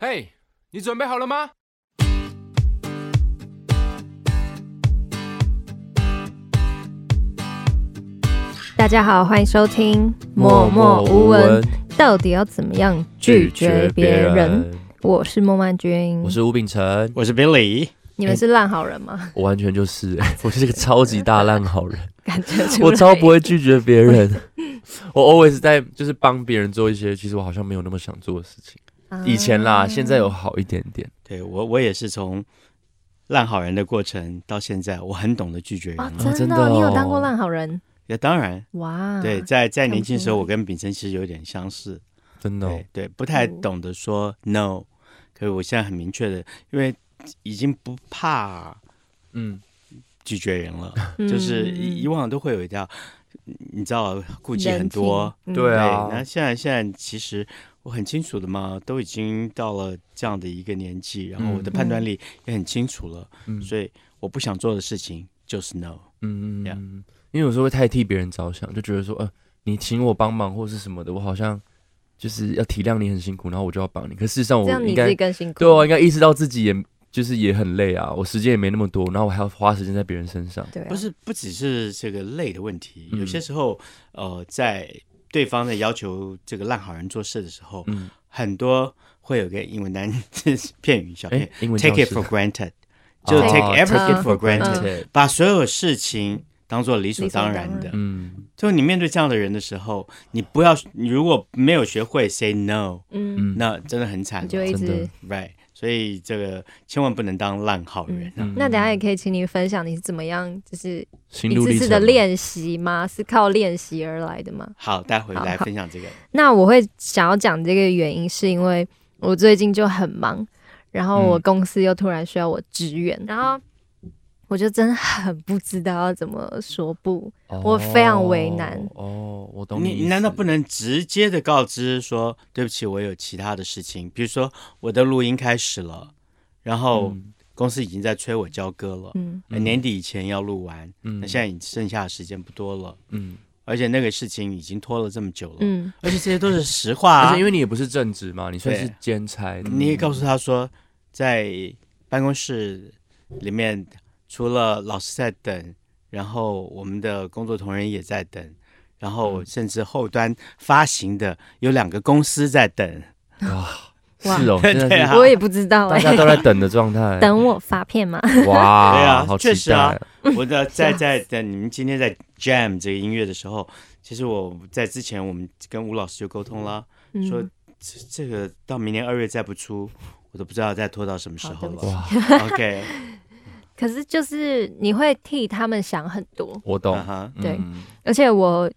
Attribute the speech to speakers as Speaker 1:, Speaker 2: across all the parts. Speaker 1: 嘿、你准备好了吗？
Speaker 2: 大家好，欢迎收听《默默无闻》，到底要怎么样拒绝别人？我是孟曼君，
Speaker 3: 我是吴秉辰，
Speaker 4: 我是 Billy，
Speaker 2: 你们是烂好人吗？
Speaker 3: 我完全就是， 我是一个哎超级大烂好人，
Speaker 2: 感觉出来
Speaker 3: 我 超不会拒绝别人， 我 always 在就是帮别人做一些其实我好像没有那么想做的事情。嗯
Speaker 2: 啊
Speaker 3: 以前啦，现在有好一点点。
Speaker 4: 对我我也是从烂好人的过程到现在，我很懂得拒绝人
Speaker 2: 啊，
Speaker 4: 了。
Speaker 2: 真
Speaker 3: 真
Speaker 2: 的
Speaker 3: 的
Speaker 2: 哦，
Speaker 3: 哦
Speaker 2: 你有当过烂好人
Speaker 4: 也当然，
Speaker 2: 哇？
Speaker 4: 对，在在
Speaker 2: 看不
Speaker 4: 年轻的时
Speaker 2: 出
Speaker 4: 候，
Speaker 2: 来
Speaker 4: 我跟秉承其实有点相似，
Speaker 3: 真的哦、
Speaker 4: 对对，不太
Speaker 2: 嗯
Speaker 4: 懂得说 no，可是我现在很明确的，因为已经不怕
Speaker 3: 嗯，
Speaker 4: 拒绝人了，
Speaker 2: 嗯，
Speaker 4: 就是以以往都会有一条，你知道顾忌很多，
Speaker 2: 人情，嗯
Speaker 3: 对
Speaker 4: 对，
Speaker 3: 啊
Speaker 4: 那现在现在其实我很清楚的嘛，都已经到了这样的一个年纪，然后我的
Speaker 3: 嗯
Speaker 4: 判断力也很清楚了，
Speaker 3: 嗯
Speaker 4: 所以我不想做的事情就是 no。
Speaker 3: 嗯嗯嗯
Speaker 4: Yeah
Speaker 3: 嗯，因为有时候会太替别人着想，就觉得说，呃，你请我帮忙或是什么的，我好像就是要体谅你很辛苦，然后我就要帮你。可事实上，我
Speaker 2: 这样
Speaker 3: 应
Speaker 2: 你自
Speaker 3: 该
Speaker 2: 己更辛苦。
Speaker 3: 对啊我应该意识到自己也就是也很累啊，我时间也没那么多，然后我还要花时间在别人身上。
Speaker 2: 对啊，
Speaker 4: 不是，不只是这个累的问题，
Speaker 3: 嗯
Speaker 4: 有些时候，呃，在对方在要求这个烂好人做事的时候，
Speaker 3: 嗯，
Speaker 4: 很多会有个英文单片语小
Speaker 3: 哎、
Speaker 4: 片、
Speaker 3: 英文
Speaker 4: t a k e it
Speaker 3: 教室哦
Speaker 4: for granted，就
Speaker 2: take
Speaker 4: take everything
Speaker 2: it
Speaker 4: for granted，、
Speaker 2: 嗯
Speaker 4: 把所有事情当做理所
Speaker 2: 理所
Speaker 4: 当
Speaker 2: 当
Speaker 4: 然
Speaker 2: 然
Speaker 4: 的。
Speaker 3: 嗯
Speaker 4: 就你面对这样的人的时候，你不要，你如果没有学会 say no，
Speaker 2: 嗯，
Speaker 3: 嗯，
Speaker 4: 那真的很
Speaker 2: 你
Speaker 4: 惨了。
Speaker 2: 就一
Speaker 3: 真的
Speaker 2: 直。
Speaker 4: right，所以这个千万不能当烂好人啊。
Speaker 3: 嗯
Speaker 2: 那等一下也可以请你分享你是怎么样，就是
Speaker 3: 心
Speaker 2: 一
Speaker 3: 路
Speaker 2: 次
Speaker 3: 历
Speaker 2: 次
Speaker 3: 程
Speaker 2: 的
Speaker 3: 嘛，
Speaker 2: 练习吗？是靠练习而来的吗？
Speaker 4: 好，待会
Speaker 2: 好
Speaker 4: 来
Speaker 2: 好
Speaker 4: 分享这个。
Speaker 2: 那我会想要讲这个原因，是因为我最近就很忙，然后我
Speaker 3: 嗯
Speaker 2: 公司又突然需要我支援，然后我就真的很不知道要怎么说不。
Speaker 4: 哦
Speaker 2: 我非常为难
Speaker 3: 哦。哦，我懂
Speaker 4: 你
Speaker 3: 你
Speaker 4: 你难道
Speaker 3: 意思
Speaker 4: 不能直接的告知说，对不起，我有其他的事情，比如说我的录音开始了，然后
Speaker 3: 嗯
Speaker 4: 公司已经在催我交歌了，
Speaker 2: 嗯，
Speaker 4: 呃年底以前要录完，
Speaker 3: 嗯
Speaker 4: 那现在已剩下的时间不多了，
Speaker 3: 嗯，
Speaker 4: 而且那个事情已经拖了这么久
Speaker 3: 哦
Speaker 4: 了，
Speaker 2: 嗯，
Speaker 4: 而且这些都是实话、
Speaker 3: 而
Speaker 4: 啊
Speaker 3: 且因。为你也不是正职嘛，你算是
Speaker 4: 对
Speaker 3: 兼差的，
Speaker 4: 你也告诉他说，在办公室里面，除了老师在等，然后我们的工作同仁也在等，
Speaker 3: 嗯
Speaker 4: 然后甚至后端发行的有两个公司 在等。
Speaker 3: 哇，
Speaker 2: 哇
Speaker 3: 是哦，真的
Speaker 4: 对
Speaker 3: 是
Speaker 4: 啊
Speaker 2: 我也不知道
Speaker 3: 大
Speaker 2: 哎、
Speaker 3: 家都在等的状态，
Speaker 2: 等我发片嘛？
Speaker 3: 哇，
Speaker 4: 对啊
Speaker 3: 好
Speaker 4: 确
Speaker 3: 期
Speaker 4: 实
Speaker 3: 待
Speaker 4: 啊
Speaker 3: 啊，
Speaker 4: 我的在在在你们今天在 jam 这个音乐的时候，其实我在之前我们跟吴老师就沟通了，说
Speaker 2: 嗯，
Speaker 4: 这这个到明年二月再不出，我都不知道再拖到什么时
Speaker 2: 好
Speaker 4: 候
Speaker 2: 对不
Speaker 4: 了。
Speaker 2: 起
Speaker 3: 哇，
Speaker 4: OK，
Speaker 2: 可是就是你会替他们想很多，
Speaker 3: 我 懂
Speaker 4: 嗯，哼，
Speaker 2: 对
Speaker 3: 嗯
Speaker 2: 而且我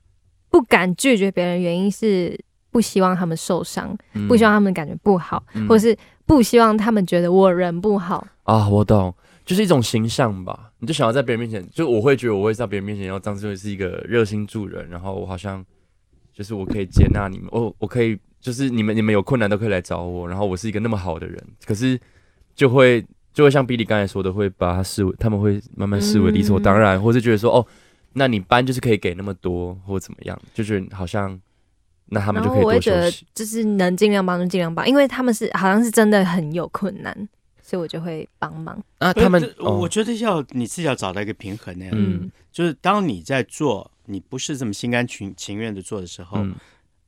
Speaker 2: 不敢拒绝别人，原因是不希望他们受伤，不希望他们感觉不好，
Speaker 3: 嗯
Speaker 2: 或是不希望他们觉得我人不好。
Speaker 3: 啊，我懂，就是一种形象吧。你就想要在别人面前，就我会觉得我会在别人面前要当做是一个热心助人，然后我好像就是我可以接纳你们，我我可以就是你们你们有困难都可以来找我，然后我是一个那么好的人，可是就会就会像比利刚才说的，会把他视为他们会慢慢视为理
Speaker 2: 嗯
Speaker 3: 所当然，或是觉得说哦，那你班就是可以给那么多或怎么样，就觉得好像那他们就
Speaker 2: 然后
Speaker 3: 可以
Speaker 2: 我会
Speaker 3: 多
Speaker 2: 觉得
Speaker 3: 休息。
Speaker 2: 就是能尽量帮就尽量帮，因为他们是好像是真的很有困难，所以我就会帮忙。，
Speaker 3: 啊，他们
Speaker 4: 不是呃这
Speaker 3: 哦
Speaker 4: 我觉得要你自己要找到一个平衡呢。
Speaker 3: 嗯
Speaker 4: 就是当你在做，你不是这么心甘情情愿的做的时候，
Speaker 3: 嗯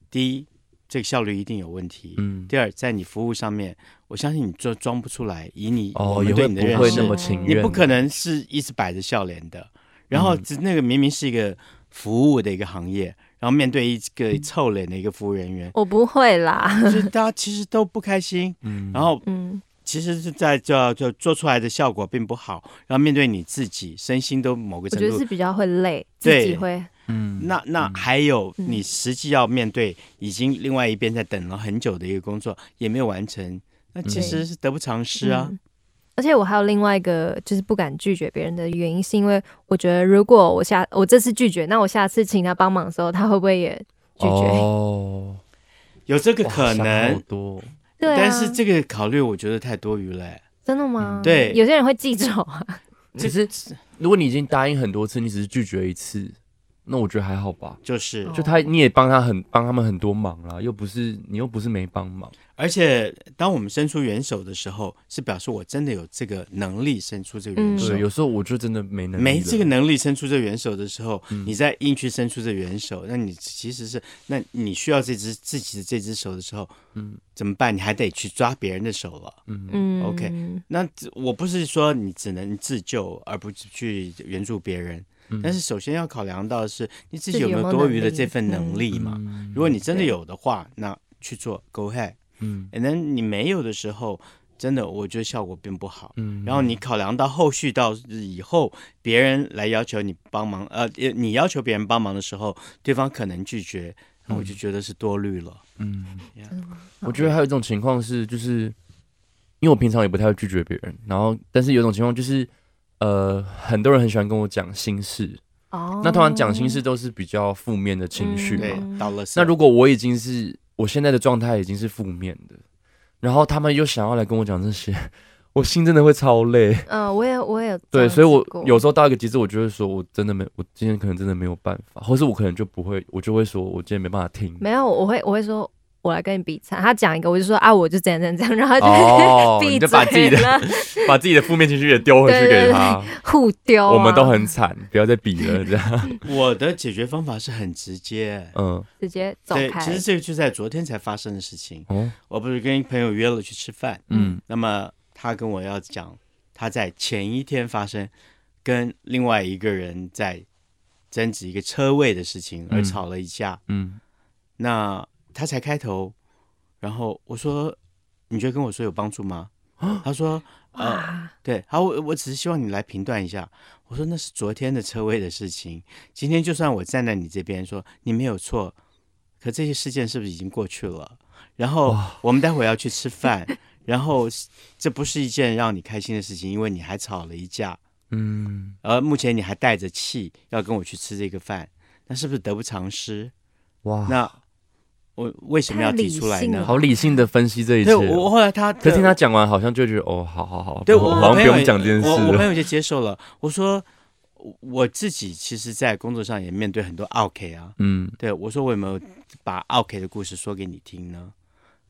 Speaker 4: 第一，这个效率一定有问题；
Speaker 3: 嗯
Speaker 4: 第二，在你服务上面，我相信你做装不出来，以你我
Speaker 3: 哦，
Speaker 4: 们
Speaker 3: 也会
Speaker 4: 对你
Speaker 3: 不
Speaker 4: 的认
Speaker 3: 会
Speaker 4: 识，
Speaker 3: 那么情
Speaker 4: 你
Speaker 3: 愿？
Speaker 4: 不可能是一直摆着笑脸的。然后
Speaker 3: 嗯
Speaker 4: 只那个明明是一个服务的一个行业，然后面对一个
Speaker 3: 嗯
Speaker 4: 臭脸的一个服务人员
Speaker 2: 我不会啦，
Speaker 4: 就是大家其实都不开心。
Speaker 3: 嗯，
Speaker 4: 然后
Speaker 2: 嗯，
Speaker 4: 其实是在就就做出来的效果并不好，然后面对你自己身心都某个
Speaker 2: 我
Speaker 4: 程
Speaker 2: 觉得是
Speaker 4: 度，
Speaker 2: 比较会累，自
Speaker 4: 对
Speaker 2: 己会
Speaker 3: 嗯
Speaker 4: 那那
Speaker 3: 嗯
Speaker 4: 还有
Speaker 2: 嗯
Speaker 4: 你实际要面对已经另外一边在等了很久的一个工作也没有完成，那其实是得不偿失啊。
Speaker 2: 嗯而且我还有另外一个就是不敢拒绝别人的原因，是因为我觉得如果我下我这次拒绝，那我下次请他帮忙的时候，他会不会 也拒绝？
Speaker 3: 哦，
Speaker 4: 有这个
Speaker 3: 哇
Speaker 4: 可
Speaker 3: 想好
Speaker 4: 能，
Speaker 3: 多哦，
Speaker 2: 对啊，
Speaker 4: 但是这个考虑我觉得太多余了、哎
Speaker 2: 真的吗？
Speaker 3: 嗯
Speaker 4: 对
Speaker 2: 有些人会记仇啊，
Speaker 3: 其实如果你已经答应很多次，你只是拒绝一次，那我觉得还好吧。
Speaker 4: 就是
Speaker 2: 哦
Speaker 3: 就他你也帮他很帮他们很多忙啦，又不是你又不是没帮忙，
Speaker 4: 而且，当我们伸出援手的时候，是表示我真的有这个能力伸出这个援
Speaker 2: 嗯
Speaker 4: 手。
Speaker 3: 对，有时候我就真的没能力
Speaker 4: 没
Speaker 3: 了
Speaker 4: 这个能力伸出这个援手的时候，你再硬去伸出这个援手，那你其实是，那你需要这只自己的这只手的时候，嗯，怎么办？你还得去抓别人的手了。
Speaker 2: 嗯
Speaker 4: OK 那这我不是说你只能自救，而不是去援助别人。
Speaker 3: 嗯
Speaker 4: 但是首先要考量到的是你自己有没有多余的这份能力嘛？如果你真的有的话，那去做，go ahead。
Speaker 3: 嗯，
Speaker 4: And then 你没有的时候，真的我觉得效果并不好。嗯，然后你考量到后续到以后别人来要求你帮忙，呃，呃你要求别人帮忙的时候，对方可能拒绝，那
Speaker 3: 嗯
Speaker 4: 我就觉得是多虑了。
Speaker 3: 我觉得还有一种情况是，就是因为我平常也不太会拒绝别人，然后但是有一种情况就是，呃，很多人很喜欢跟我讲心事，
Speaker 2: 哦
Speaker 3: 那通常讲心事都是比较负面的情绪嘛。
Speaker 4: 嗯对，到了
Speaker 3: 嗯那如果我已经是我现在的状态已经是负面的，然后他们又想要来跟我讲这些， 我心真的会超累。
Speaker 2: 嗯、我也我也有这
Speaker 3: 对，
Speaker 2: 样
Speaker 3: 所以我
Speaker 2: 子过
Speaker 3: 有时候到一个极致，我就会说，我真的没，我今天可能真的没有办法，或是我可能就不会，我就会说，我今天没办法听。
Speaker 2: 没有，我会我会说，我来跟你比惨。他讲一个，我就说啊，我就怎样怎样怎样，然后他就、
Speaker 3: 哦
Speaker 2: 闭
Speaker 3: 你就把自己
Speaker 2: 嘴
Speaker 3: 的
Speaker 2: 了，
Speaker 3: 把自己的负面情绪也丢回去给他。
Speaker 2: 互丢、啊。
Speaker 3: 我们都很惨，不要再比了，这样。
Speaker 4: 我的解决方法是很直接。
Speaker 3: 嗯，
Speaker 2: 直接走
Speaker 4: 对，
Speaker 2: 开。
Speaker 4: 其实这个就在昨天才发生的事情。
Speaker 3: 哦，
Speaker 4: 我不是跟朋友约了去吃饭，
Speaker 3: 嗯，
Speaker 4: 那么他跟我要讲，他在前一天发生跟另外一个人在争执一个车位的事情而
Speaker 3: 嗯
Speaker 4: 吵了一架。
Speaker 3: 嗯，
Speaker 4: 那他才开头，然后我说：“你觉得跟我说有帮助吗？”他说：“呃，
Speaker 2: 哇，
Speaker 4: 对，好，我我只是希望你来评断一下。”我说：“那是昨天的车位的事情，今天就算我站在你这边说你没有错，可这些事件是不是已经过去了？然后我们待会要去吃饭，然后这不是一件让你开心的事情，因为你还吵了一架，
Speaker 3: 嗯，
Speaker 4: 而目前你还带着气要跟我去吃这个饭，那是不是得不偿失？
Speaker 3: 哇，
Speaker 4: 那我为什么要提出来
Speaker 2: 太理性
Speaker 4: 呢
Speaker 2: 了？
Speaker 3: 啊好理性的分析这一切
Speaker 4: 对，
Speaker 3: 哦。
Speaker 4: 我我后来他，
Speaker 3: 可是听他
Speaker 4: 对
Speaker 3: 讲完，好像就觉得哦，好好好，
Speaker 4: 对
Speaker 3: 我
Speaker 4: 我
Speaker 3: 好像不
Speaker 4: 朋友
Speaker 3: 用
Speaker 4: 也
Speaker 3: 讲这件事
Speaker 4: 我我朋
Speaker 3: 了。
Speaker 4: 友就接受了。我说我我自己其实，在工作上也面对很多 OK 啊。
Speaker 3: 嗯，
Speaker 4: 对我说我有没有把 OK 的故事说给你听呢？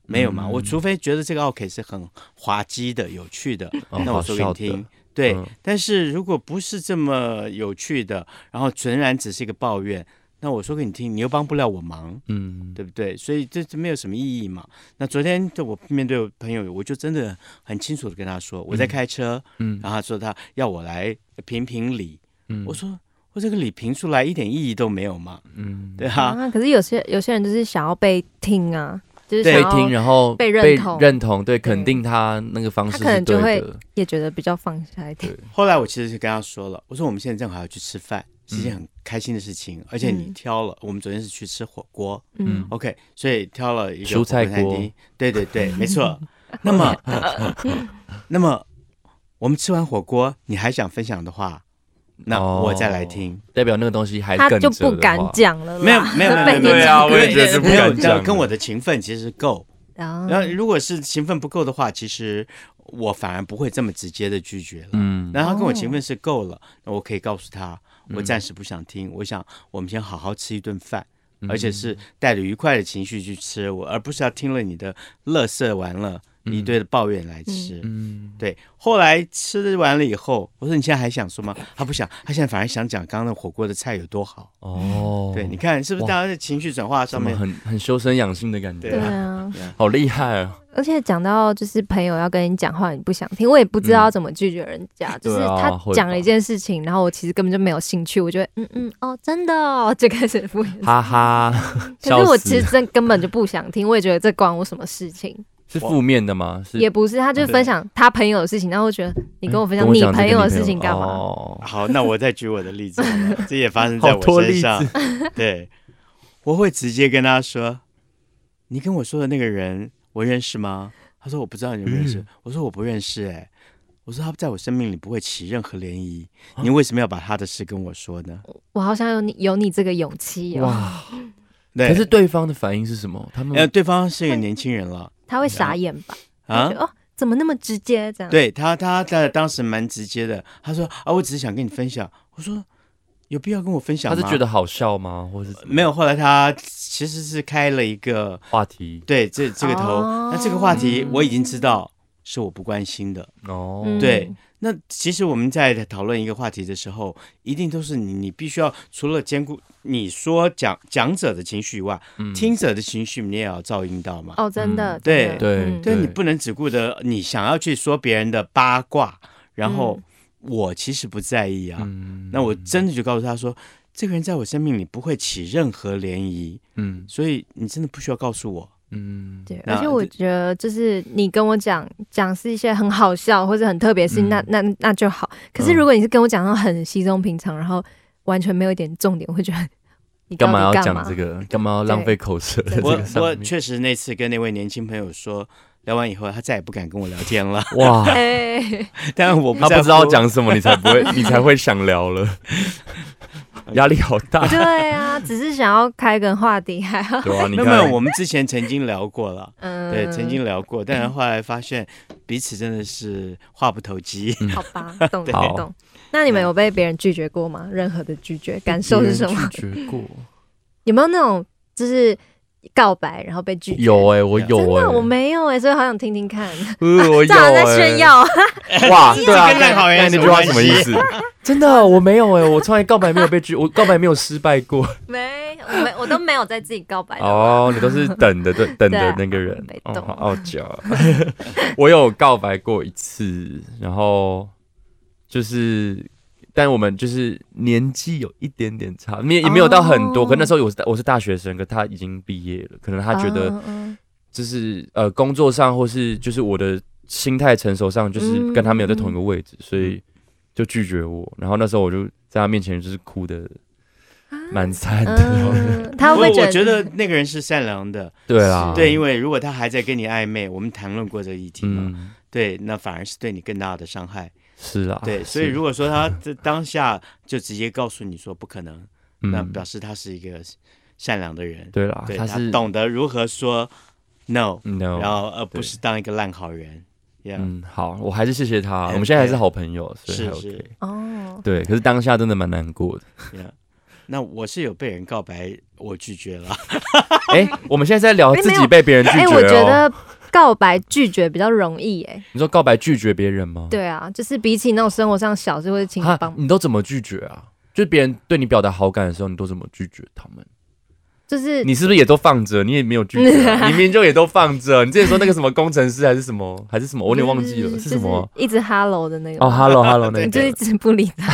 Speaker 4: 没有嘛，我
Speaker 3: 嗯
Speaker 4: 除非觉得这个 OK 是很滑稽的、有趣的，
Speaker 3: 哦
Speaker 4: 那我说给你
Speaker 3: 好笑
Speaker 4: 听
Speaker 3: 的。
Speaker 4: 对，
Speaker 3: 嗯
Speaker 4: 但是如果不是这么有趣的，然后纯然只是一个抱怨，那我说给你听，你又帮不了我忙。
Speaker 3: 嗯，
Speaker 4: 对不对？所以这这没有什么意义嘛。那昨天就我面对我朋友，我就真的很清楚的跟他说，我在开车，
Speaker 3: 嗯
Speaker 4: 然后他说他要我来评评理，
Speaker 3: 嗯
Speaker 4: 我说我这个理评出来一点意义都没有嘛，
Speaker 3: 嗯，
Speaker 4: 对啊，
Speaker 2: 啊，可是有些有些人就是想要被听啊，就是想
Speaker 3: 被
Speaker 2: 要
Speaker 3: 听，然后
Speaker 2: 被认同
Speaker 3: 认同，对，
Speaker 2: 对
Speaker 3: 肯定他那个方式
Speaker 2: 他可
Speaker 3: 是
Speaker 2: 能就
Speaker 3: 对
Speaker 2: 会
Speaker 3: 的。
Speaker 2: 也觉得比较放下一点。
Speaker 4: 后来我其实是跟他说了，我说我们现在正好要去吃饭，是
Speaker 3: 嗯
Speaker 4: 一件很开心的事情，而且你
Speaker 2: 嗯
Speaker 4: 挑了，我们昨天是去吃火锅
Speaker 2: 嗯，
Speaker 4: ，OK，所以挑了一个
Speaker 3: 蔬菜
Speaker 4: 火餐
Speaker 3: 锅
Speaker 4: 厅，对对对，没错。那么，那么我们吃完火锅，你还想分享的话，那
Speaker 3: 哦
Speaker 4: 我再来听。
Speaker 3: 代表那个东西还
Speaker 2: 他
Speaker 3: 梗
Speaker 2: 就
Speaker 3: 着
Speaker 2: 不
Speaker 3: 的
Speaker 2: 敢
Speaker 3: 话，
Speaker 2: 讲了啦，
Speaker 4: 没有没有没有
Speaker 2: 被
Speaker 4: 没
Speaker 2: 你
Speaker 4: 有，
Speaker 3: 对啊
Speaker 2: 讲
Speaker 3: 我也觉得是
Speaker 4: 对
Speaker 3: 不敢
Speaker 4: 没有
Speaker 3: 讲的
Speaker 4: 跟我的情分其实够。
Speaker 2: 然
Speaker 4: 然
Speaker 2: 后
Speaker 4: 后如果是情分不够的话，其实我反而不会这么直接的拒绝了。
Speaker 3: 嗯，
Speaker 4: 然后他跟我情分是够了，那我可以告诉他，我暂时不想听，我想我们先好好吃一顿饭，
Speaker 3: 嗯
Speaker 4: 而且是带着愉快的情绪去吃，我而不是要听了你的乐色完了。一堆的抱怨来吃，
Speaker 3: 嗯，
Speaker 4: 对。后来吃完了以后，我说你现在还想说吗？啊他不想，他现在反而想讲刚刚那火锅的菜有多好。
Speaker 3: 哦，
Speaker 4: 对，你看是不是
Speaker 3: 哇
Speaker 4: 大家在情绪转化
Speaker 3: 怎
Speaker 4: 上
Speaker 3: 么
Speaker 4: 面
Speaker 3: 很很修身养性的感
Speaker 2: 对
Speaker 4: 对
Speaker 3: 觉，
Speaker 2: 啊，
Speaker 3: 好厉害哦。
Speaker 2: 而且讲到就是朋友要跟你讲话，你不想听，我也不知道怎么拒绝人家。 就是
Speaker 3: 嗯对啊
Speaker 2: 他讲了一件事情，然后我其实根本就没有兴趣，我觉得嗯嗯哦，真的哦，就开始敷衍。
Speaker 3: 哈哈，
Speaker 2: 可是
Speaker 3: 笑
Speaker 2: 我
Speaker 3: 死
Speaker 2: 其实真根本就不想听，我也觉得这关我什么事情，
Speaker 3: 是负面的吗？ 是
Speaker 2: 也不是。他就是分享他朋友的事情，然后我觉得你跟我
Speaker 3: 嗯
Speaker 2: 分享你朋友的事情干嘛？
Speaker 3: 嘛？
Speaker 4: 好，那我再举我的例子好了，这也发生在
Speaker 3: 好多
Speaker 4: 我
Speaker 3: 例
Speaker 4: 身
Speaker 3: 子
Speaker 4: 上。对，我会直接跟他说：“你跟我说的那个人，我认识吗？”他说：“我不知道你认不认
Speaker 3: 嗯
Speaker 4: 识。我说：“我不认识。”哎，我说他在我生命里不会起任何涟漪，
Speaker 3: 啊
Speaker 4: 你为什么要把他的事跟我说呢？
Speaker 2: 我好像有你有你这个勇气哦。
Speaker 3: 哇！
Speaker 4: 对，
Speaker 3: 可是对方的反应是什么？他
Speaker 4: 呃，
Speaker 3: 们
Speaker 4: 对方是一个年轻人了
Speaker 2: 他会傻眼吧？
Speaker 4: 啊
Speaker 2: 就，哦，怎么那么直接这样？
Speaker 4: 对他，他他当时蛮直接的，他说啊，我只是想跟你分享。我说有必要跟我分享
Speaker 3: 他
Speaker 4: 吗？
Speaker 3: 是觉得好笑吗？或是怎么
Speaker 4: 没有。后来他其实是开了一个
Speaker 3: 话题
Speaker 4: 对这这个头，
Speaker 2: 哦
Speaker 4: 那这个话题我已经知道是我不关心的。
Speaker 3: 哦？
Speaker 2: 嗯
Speaker 4: 对，那其实我们在讨论一个话题的时候，一定都是你你必须要除了兼顾你说讲讲者的情绪以外，听者的情绪你也要照应到嘛。
Speaker 2: 哦，真的，
Speaker 3: 嗯
Speaker 2: 真的
Speaker 3: 对
Speaker 2: 嗯
Speaker 4: 对
Speaker 3: 对
Speaker 4: 你不能只顾着你想要去说别人的八卦，然后
Speaker 2: 嗯
Speaker 4: 我其实不在意啊。
Speaker 3: 嗯
Speaker 4: 那我真的就告诉他说，这个人在我生命里不会起任何涟漪，
Speaker 3: 嗯
Speaker 4: 所以你真的不需要告诉我。
Speaker 3: 嗯，
Speaker 2: 对，
Speaker 4: 那
Speaker 2: 而且我觉得就是你跟我讲讲是一些很好笑或者很特别事，
Speaker 3: 嗯
Speaker 2: 那那那就好。可是
Speaker 3: 嗯
Speaker 2: 如果你是跟我讲到很稀松平常，然后完全没有一点重点，我会觉 得你
Speaker 3: 干
Speaker 2: 嘛
Speaker 3: 嘛要
Speaker 2: 干
Speaker 3: 讲这？个？干嘛要浪费口舌 在这
Speaker 4: 我
Speaker 3: 个上
Speaker 4: 我
Speaker 3: 面？
Speaker 4: 确实那次跟那位年轻朋友说。聊完以后，他再也不敢跟我聊天了。
Speaker 3: 哇，
Speaker 2: 哎、
Speaker 4: 但我
Speaker 3: 他
Speaker 4: 在
Speaker 3: 不知道
Speaker 4: 乎
Speaker 3: 讲什么，你才不 会，你才会想聊了，压力好大，
Speaker 2: 对啊，只是想要开个话题，还 要
Speaker 3: 对啊，你
Speaker 4: 没有没有，
Speaker 3: 看，
Speaker 4: 我们之前曾经聊过了，
Speaker 2: 嗯，
Speaker 4: 对，曾经聊过，但是后来发现彼此真的是话不投机。
Speaker 2: 嗯好吧， 懂
Speaker 3: 好
Speaker 2: 懂懂。那你们有被别人拒绝过吗？任何的拒绝感受是什么？
Speaker 3: 拒绝过？
Speaker 2: 有没有那种就是告白然后被拒绝？
Speaker 3: 有哎，我有
Speaker 2: 真
Speaker 3: 哎，
Speaker 2: 的我没有哎、所以好想听 听看。
Speaker 3: 呃，我有
Speaker 2: 正好在
Speaker 3: 欸
Speaker 2: 炫耀，
Speaker 3: 哇，对啊，
Speaker 4: 跟烂好人
Speaker 3: 那
Speaker 4: 有
Speaker 3: 那
Speaker 4: 什么
Speaker 3: 句话
Speaker 4: 关
Speaker 3: 什么意
Speaker 4: 系
Speaker 3: 思？真的，我没有哎，我从来告白没有被拒，我告白没有失败过。
Speaker 2: 没，我没，我都没有在自己告白的。
Speaker 3: 哦，你都是等的， 对，等的那个人
Speaker 2: 被，
Speaker 3: 哦
Speaker 2: 动
Speaker 3: 好傲娇。 我有告白过一次，然后就是，但我们就是年纪有一点点差，没也没有到很多。
Speaker 2: 哦
Speaker 3: 可那时候我是我是大学生，可他已经毕业了，可能他觉得
Speaker 2: 嗯嗯
Speaker 3: 就是
Speaker 2: 哦
Speaker 3: 呃工作上或是就是我的心态成熟上，就是跟他没有在同一个位
Speaker 2: 嗯
Speaker 3: 置，所以就拒绝我。然后那时候我就在他面前就是哭的蛮惨的，
Speaker 2: 啊嗯， 他
Speaker 4: 我
Speaker 2: 会不会
Speaker 4: 我觉
Speaker 2: 觉
Speaker 4: 得那个人是善良的，
Speaker 3: 对啦，
Speaker 4: 对，因为如果他还在跟你暧昧，我们谈论过这个议题嘛，
Speaker 3: 嗯。
Speaker 4: 对，那反而是对你更大的伤害。
Speaker 3: 是啦，
Speaker 4: 对，所以
Speaker 3: 啊是
Speaker 4: 如果说他这当下就直接告诉你说不可能，那
Speaker 3: 嗯
Speaker 4: 表示他是一个善良的人，
Speaker 3: 对啦，
Speaker 4: 对
Speaker 3: 啊他
Speaker 4: 他
Speaker 3: 是嗯
Speaker 4: 懂得如何说 no，
Speaker 3: no，
Speaker 4: 然后而不
Speaker 3: 对
Speaker 4: 是当一个烂好人。Yeah，
Speaker 3: 嗯，好，我还是谢谢他，
Speaker 4: 哎
Speaker 3: 我们现在还是好朋友，所以
Speaker 4: 是
Speaker 3: 还 OK
Speaker 4: 是。
Speaker 2: 得哦，
Speaker 3: 对，可是当下真的蛮难过 的。
Speaker 4: yeah 那我是有被人告白，我拒绝了。
Speaker 3: 哎，我们现在在聊
Speaker 2: 哎
Speaker 3: 自
Speaker 2: 没
Speaker 3: 己
Speaker 2: 有
Speaker 3: 被别人拒
Speaker 2: 哎，
Speaker 3: 绝
Speaker 2: 我觉
Speaker 3: 哦。
Speaker 2: 得告白拒绝比较容易哎。
Speaker 3: 你说告白拒绝别人吗？
Speaker 2: 对啊，就是比起那种生活上小事或者请你
Speaker 3: 哈，
Speaker 2: 帮，
Speaker 3: 你都怎么拒绝啊？就是别人对你表达好感的时候，你都怎么拒绝他们？
Speaker 2: 就是
Speaker 3: 你是不是也都放着？你也没有拒绝 啊，你明明就也都放着。你之前说那个什么工程师还是什么还是什么，我有点忘记了
Speaker 2: 嗯就是
Speaker 3: 什么啊？
Speaker 2: 就是一直 hello 的那个
Speaker 3: 哦。，hello hello 那
Speaker 2: 你就
Speaker 3: 个
Speaker 2: 一直不理他。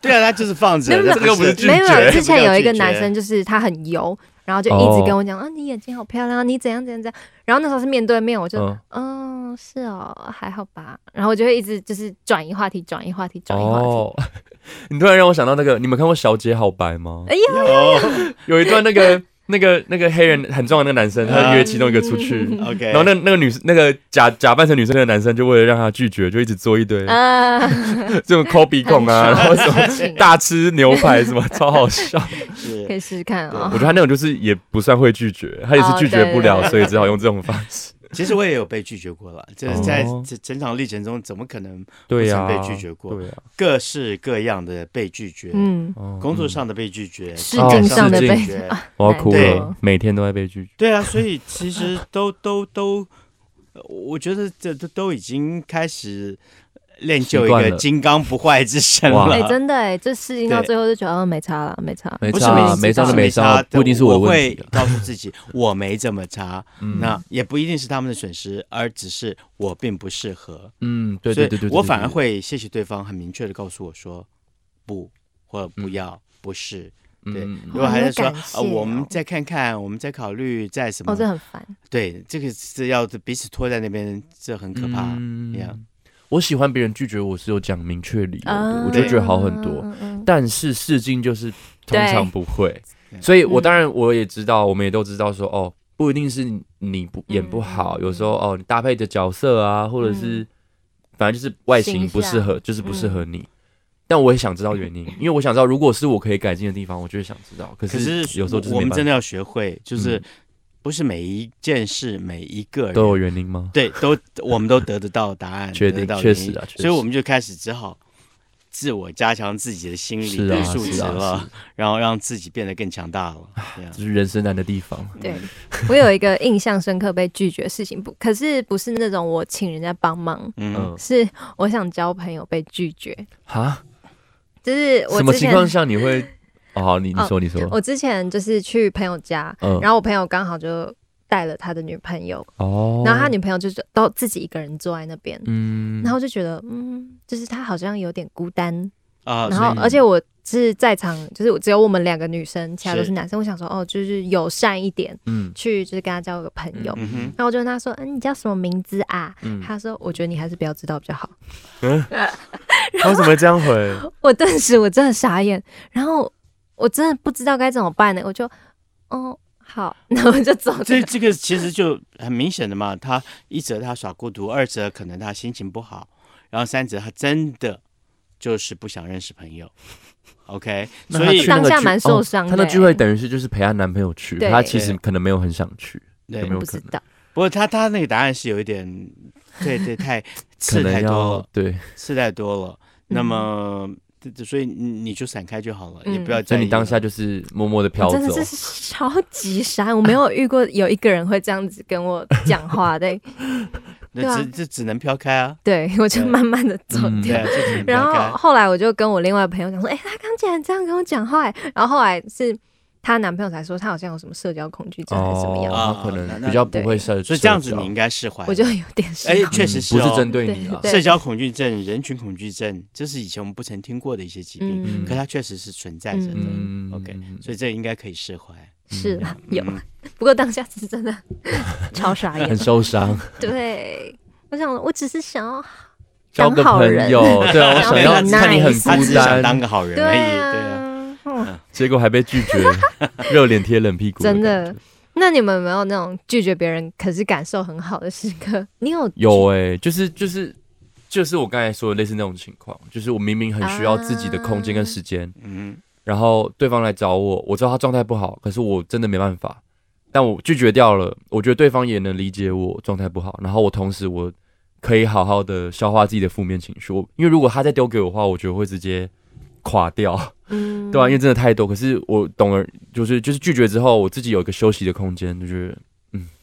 Speaker 4: 对啊，他就是放着，
Speaker 2: 没有
Speaker 4: 他
Speaker 3: 这个又不是拒绝
Speaker 2: 没有，没有之前有一个
Speaker 4: 拒绝
Speaker 2: 男生，就是他很油，然后就一直跟我讲
Speaker 3: 哦
Speaker 2: 啊，你眼睛好漂亮啊，你怎样怎样怎样。然后那时候是面对面，我就
Speaker 3: 嗯
Speaker 2: 嗯，是哦，还好吧。然后我就会一直就是转移话题，转移话题，转移话题。
Speaker 3: 哦， 你突然让我想到那个，你们看过《小姐好白》吗？
Speaker 2: 哎呀，
Speaker 4: 哦
Speaker 3: 有一段那个那个那个黑人很壮的那个男生，他约其中一个出去，
Speaker 4: ，OK，
Speaker 3: 然后那那个女那个假假扮成女生的男生，就为了让她拒绝，就一直做一堆
Speaker 2: 啊，
Speaker 3: 这种抠鼻孔 啊，
Speaker 2: 很
Speaker 3: 然后什么
Speaker 2: 情
Speaker 3: 大吃牛排什么，超好笑。
Speaker 4: 是
Speaker 2: 可以试试看
Speaker 3: 我
Speaker 2: 啊、
Speaker 3: 觉得他那种就是也不算会拒绝，他也是拒绝不
Speaker 2: 哦
Speaker 3: 了，
Speaker 2: 对
Speaker 3: 所以只好用这种方式。
Speaker 4: 其实我也有被拒绝过了，这
Speaker 3: 哦
Speaker 4: 在这整场历程中，怎么可能
Speaker 3: 对呀，
Speaker 4: 不曾被拒绝过
Speaker 3: 对啊呀，
Speaker 4: 各式各样的被拒绝？
Speaker 2: 嗯，
Speaker 3: 哦
Speaker 4: 工作上的被拒绝，
Speaker 2: 试
Speaker 4: 情感
Speaker 3: 镜上的
Speaker 4: 被
Speaker 3: 被
Speaker 4: 拒绝，
Speaker 3: 我要哭
Speaker 4: 对
Speaker 3: 了，每天都在被拒绝。
Speaker 4: 对啊，所以其实都都都，呃我觉得这都都已经开始练就一
Speaker 3: 习惯
Speaker 4: 个
Speaker 3: 了
Speaker 4: 金刚不坏之身
Speaker 3: 哇
Speaker 4: 了。
Speaker 2: 哎、真的哎、这试镜到
Speaker 4: 对
Speaker 2: 最后就觉得哦没差了，没差。
Speaker 3: 没
Speaker 4: 不是
Speaker 3: 差
Speaker 4: 没
Speaker 3: 啊，没
Speaker 4: 差
Speaker 3: 差
Speaker 4: 是
Speaker 3: 就没
Speaker 4: 差
Speaker 3: 差，，不一定是
Speaker 4: 我
Speaker 3: 的问
Speaker 4: 会
Speaker 3: 题啊。
Speaker 4: 告诉自己我没这么差，
Speaker 3: 嗯
Speaker 4: 那也不一定是他们的损失，而只是我并不适合。
Speaker 3: 嗯，对对对
Speaker 4: 所
Speaker 3: 对，
Speaker 4: 以
Speaker 3: 对
Speaker 4: 我反而
Speaker 3: 对
Speaker 4: 会谢谢对方，很明确的告诉我说不或者不要、不是。对
Speaker 3: 嗯
Speaker 4: 如果还在说
Speaker 2: 好那感谢
Speaker 4: 呃，我们
Speaker 2: 哦
Speaker 4: 再看看，我们再考虑再什么
Speaker 2: 哦，，这很烦。
Speaker 4: 对，这个是要彼此拖在那边，这很可怕。
Speaker 3: 嗯
Speaker 4: Yeah
Speaker 3: 我喜欢别人拒绝我是有讲明确理由的，
Speaker 2: 啊
Speaker 3: 我就觉得好很多。
Speaker 2: 嗯嗯
Speaker 3: 但是试镜就是通常不会
Speaker 4: 对，
Speaker 3: 所以我
Speaker 2: 嗯
Speaker 3: 当然我也知道，我们也都知道说哦，不一定是你不
Speaker 2: 嗯嗯
Speaker 3: 演不好，有时候哦你搭配的角色啊，或者是反正就是外形
Speaker 2: 形嗯
Speaker 3: 不适合，就是不适合你。但我也想知道原因，因为我想知道，如果是我可以改进的地方，我就会想知道。可
Speaker 4: 可
Speaker 3: 是有时候就是
Speaker 4: 我
Speaker 3: 没
Speaker 4: 们真
Speaker 3: 办法，
Speaker 4: 的要学会，就是
Speaker 3: 嗯
Speaker 4: 不是每一件事、每一个人
Speaker 3: 都有原因 吗？
Speaker 4: 对，都我们都得得到答案，
Speaker 3: 确
Speaker 4: 得
Speaker 3: 定
Speaker 4: 到
Speaker 3: 确
Speaker 4: 原
Speaker 3: 实
Speaker 4: 因
Speaker 3: 啊确
Speaker 4: 所以
Speaker 3: 实
Speaker 4: 我们就开始只好自我加强自己的心理
Speaker 3: 是啊
Speaker 4: 的素质
Speaker 3: 是啊
Speaker 4: 了，然后让自己变得更强大了。对啊
Speaker 3: 这是人生难的地方。
Speaker 2: 对， 我有一个印象深刻被拒绝的事情，不，可是不是那种我请人家帮忙，
Speaker 4: 嗯
Speaker 3: 嗯，
Speaker 2: 是我想交朋友被拒绝。
Speaker 3: 哈，
Speaker 2: 就是我
Speaker 3: 什么
Speaker 2: 之
Speaker 3: 情
Speaker 2: 前
Speaker 3: 况下你 会？哦，好，你你
Speaker 2: 哦
Speaker 3: 说你说，
Speaker 2: 我之前就是去朋友家，
Speaker 3: 嗯，
Speaker 2: 然后我朋友刚好就带了他的女朋友，
Speaker 3: 哦，
Speaker 2: 然后他女朋友就是都自己一个人坐在那边，
Speaker 3: 嗯，
Speaker 2: 然后就觉得嗯，就是他好像有点孤单，
Speaker 4: 啊，
Speaker 2: 然后
Speaker 3: 哦所以
Speaker 2: 而且我是在场，就是只有我们两个女生，其他都
Speaker 4: 是
Speaker 2: 是男生，我想说哦，就是友善一点，
Speaker 3: 嗯
Speaker 2: 去就是跟他交个朋友。
Speaker 4: 嗯哼，
Speaker 2: 然后我就问他说：“嗯，你叫什么名字啊？”
Speaker 3: 嗯，
Speaker 2: 他说：“我觉得你还是不要知道比较好。
Speaker 3: 他为什么会这样回？”
Speaker 2: 我顿时我真的傻眼，然后我真的不知道该怎么办呢，我就哦好， 然后我就走了。
Speaker 4: 这这个其实就很明显的嘛，他一则他耍孤独，二则可能他心情不好，然后三则他真的就是不想认识朋友。OK，
Speaker 3: 那
Speaker 4: 所
Speaker 3: 他
Speaker 4: 以
Speaker 3: 去那个
Speaker 2: 当下
Speaker 3: 聚
Speaker 2: 蛮受
Speaker 3: 哦
Speaker 2: 伤
Speaker 3: 她那
Speaker 2: 的
Speaker 3: 聚
Speaker 2: 欸
Speaker 3: 会等于是就是陪她男朋友去，
Speaker 2: 对
Speaker 3: 她其实可能没有很想去，
Speaker 4: 对
Speaker 3: 有没有
Speaker 2: 不
Speaker 3: 可
Speaker 2: 知
Speaker 3: 能？
Speaker 2: 道，
Speaker 4: 不过他他那个答案是有一点，对对，太
Speaker 3: 可
Speaker 4: 刺
Speaker 3: 能
Speaker 4: 太多
Speaker 3: 要
Speaker 4: 了，
Speaker 3: 对，
Speaker 4: 刺太多了。
Speaker 2: 嗯
Speaker 4: 那么，这所以你你就闪开就好了，
Speaker 2: 嗯
Speaker 4: 也不要在
Speaker 3: 所以
Speaker 4: 意了。
Speaker 3: 你当下就是默默的飘
Speaker 2: 我
Speaker 3: 走
Speaker 2: 哦真，的是超级傻，我没有遇过有一个人会这样子跟我讲话的。 对
Speaker 4: 那只
Speaker 2: 啊
Speaker 4: 这只能飘开啊，
Speaker 2: 对，我就
Speaker 4: 对
Speaker 2: 慢慢的走
Speaker 3: 嗯
Speaker 4: 对
Speaker 2: 掉。
Speaker 4: 啊，这只能
Speaker 2: 然
Speaker 4: 飘
Speaker 2: 后
Speaker 4: 开。
Speaker 2: 后来我就跟我另外朋友讲说：“哎、他刚竟然这样跟我讲话、欸。”然后后来是她男朋友才说她好像有什么社交恐惧症还是什么样，
Speaker 4: 哦
Speaker 3: 她可
Speaker 4: 那
Speaker 3: 能
Speaker 4: 那
Speaker 3: 比较不会
Speaker 2: 对
Speaker 3: 社，
Speaker 4: 所以这样子
Speaker 3: 社交
Speaker 4: 你应该释怀了。
Speaker 2: 我就有点傻。
Speaker 4: 哎，确实是
Speaker 3: 不是
Speaker 4: 哦。
Speaker 3: 针对你啊，
Speaker 2: 对
Speaker 4: 社交恐惧症、人群恐惧症，这是以前我们不曾听过的一些疾病，
Speaker 2: 嗯
Speaker 4: 可它确实是存在着的，
Speaker 3: 嗯
Speaker 4: OK，所以这应该可以释怀。
Speaker 2: 是啦，有。
Speaker 4: 嗯
Speaker 2: 不过当下是真的超傻
Speaker 3: 很
Speaker 2: 眼。
Speaker 3: 受伤，
Speaker 2: 对，我想我只是想要
Speaker 3: 交个
Speaker 2: 当好
Speaker 3: 朋
Speaker 2: 人
Speaker 3: 友，对 啊，我
Speaker 4: 当
Speaker 3: 想要
Speaker 4: 好人
Speaker 3: 看你很
Speaker 2: nice
Speaker 4: 他只
Speaker 3: 孤
Speaker 4: 是想当
Speaker 3: 单，
Speaker 4: 个好人
Speaker 2: 对
Speaker 4: 而已，对啊。
Speaker 2: 啊，嗯
Speaker 3: 结果还被拒 绝，热脸贴冷屁股，
Speaker 2: 真的。那你们有没有那种拒绝别人可是感受很好的时刻？你有
Speaker 3: 有哎、就是就是就是我刚才说的类似那种情况，就是我明明很需要自己的空间跟时间，
Speaker 2: 啊
Speaker 4: 嗯，
Speaker 3: 然后对方来找我，我知道他状态不好，可是我真的没办法，但我拒绝掉了，我觉得对方也能理解我状态不好，然后我同时我可以好好的消化自己的负面情绪，我因为如果他再丢给我的话，我觉得会直接垮掉，
Speaker 2: 嗯，
Speaker 3: 对啊，因为真的太多，可是我懂了，就是就是拒绝之后，我自己有一个休息的空间，就是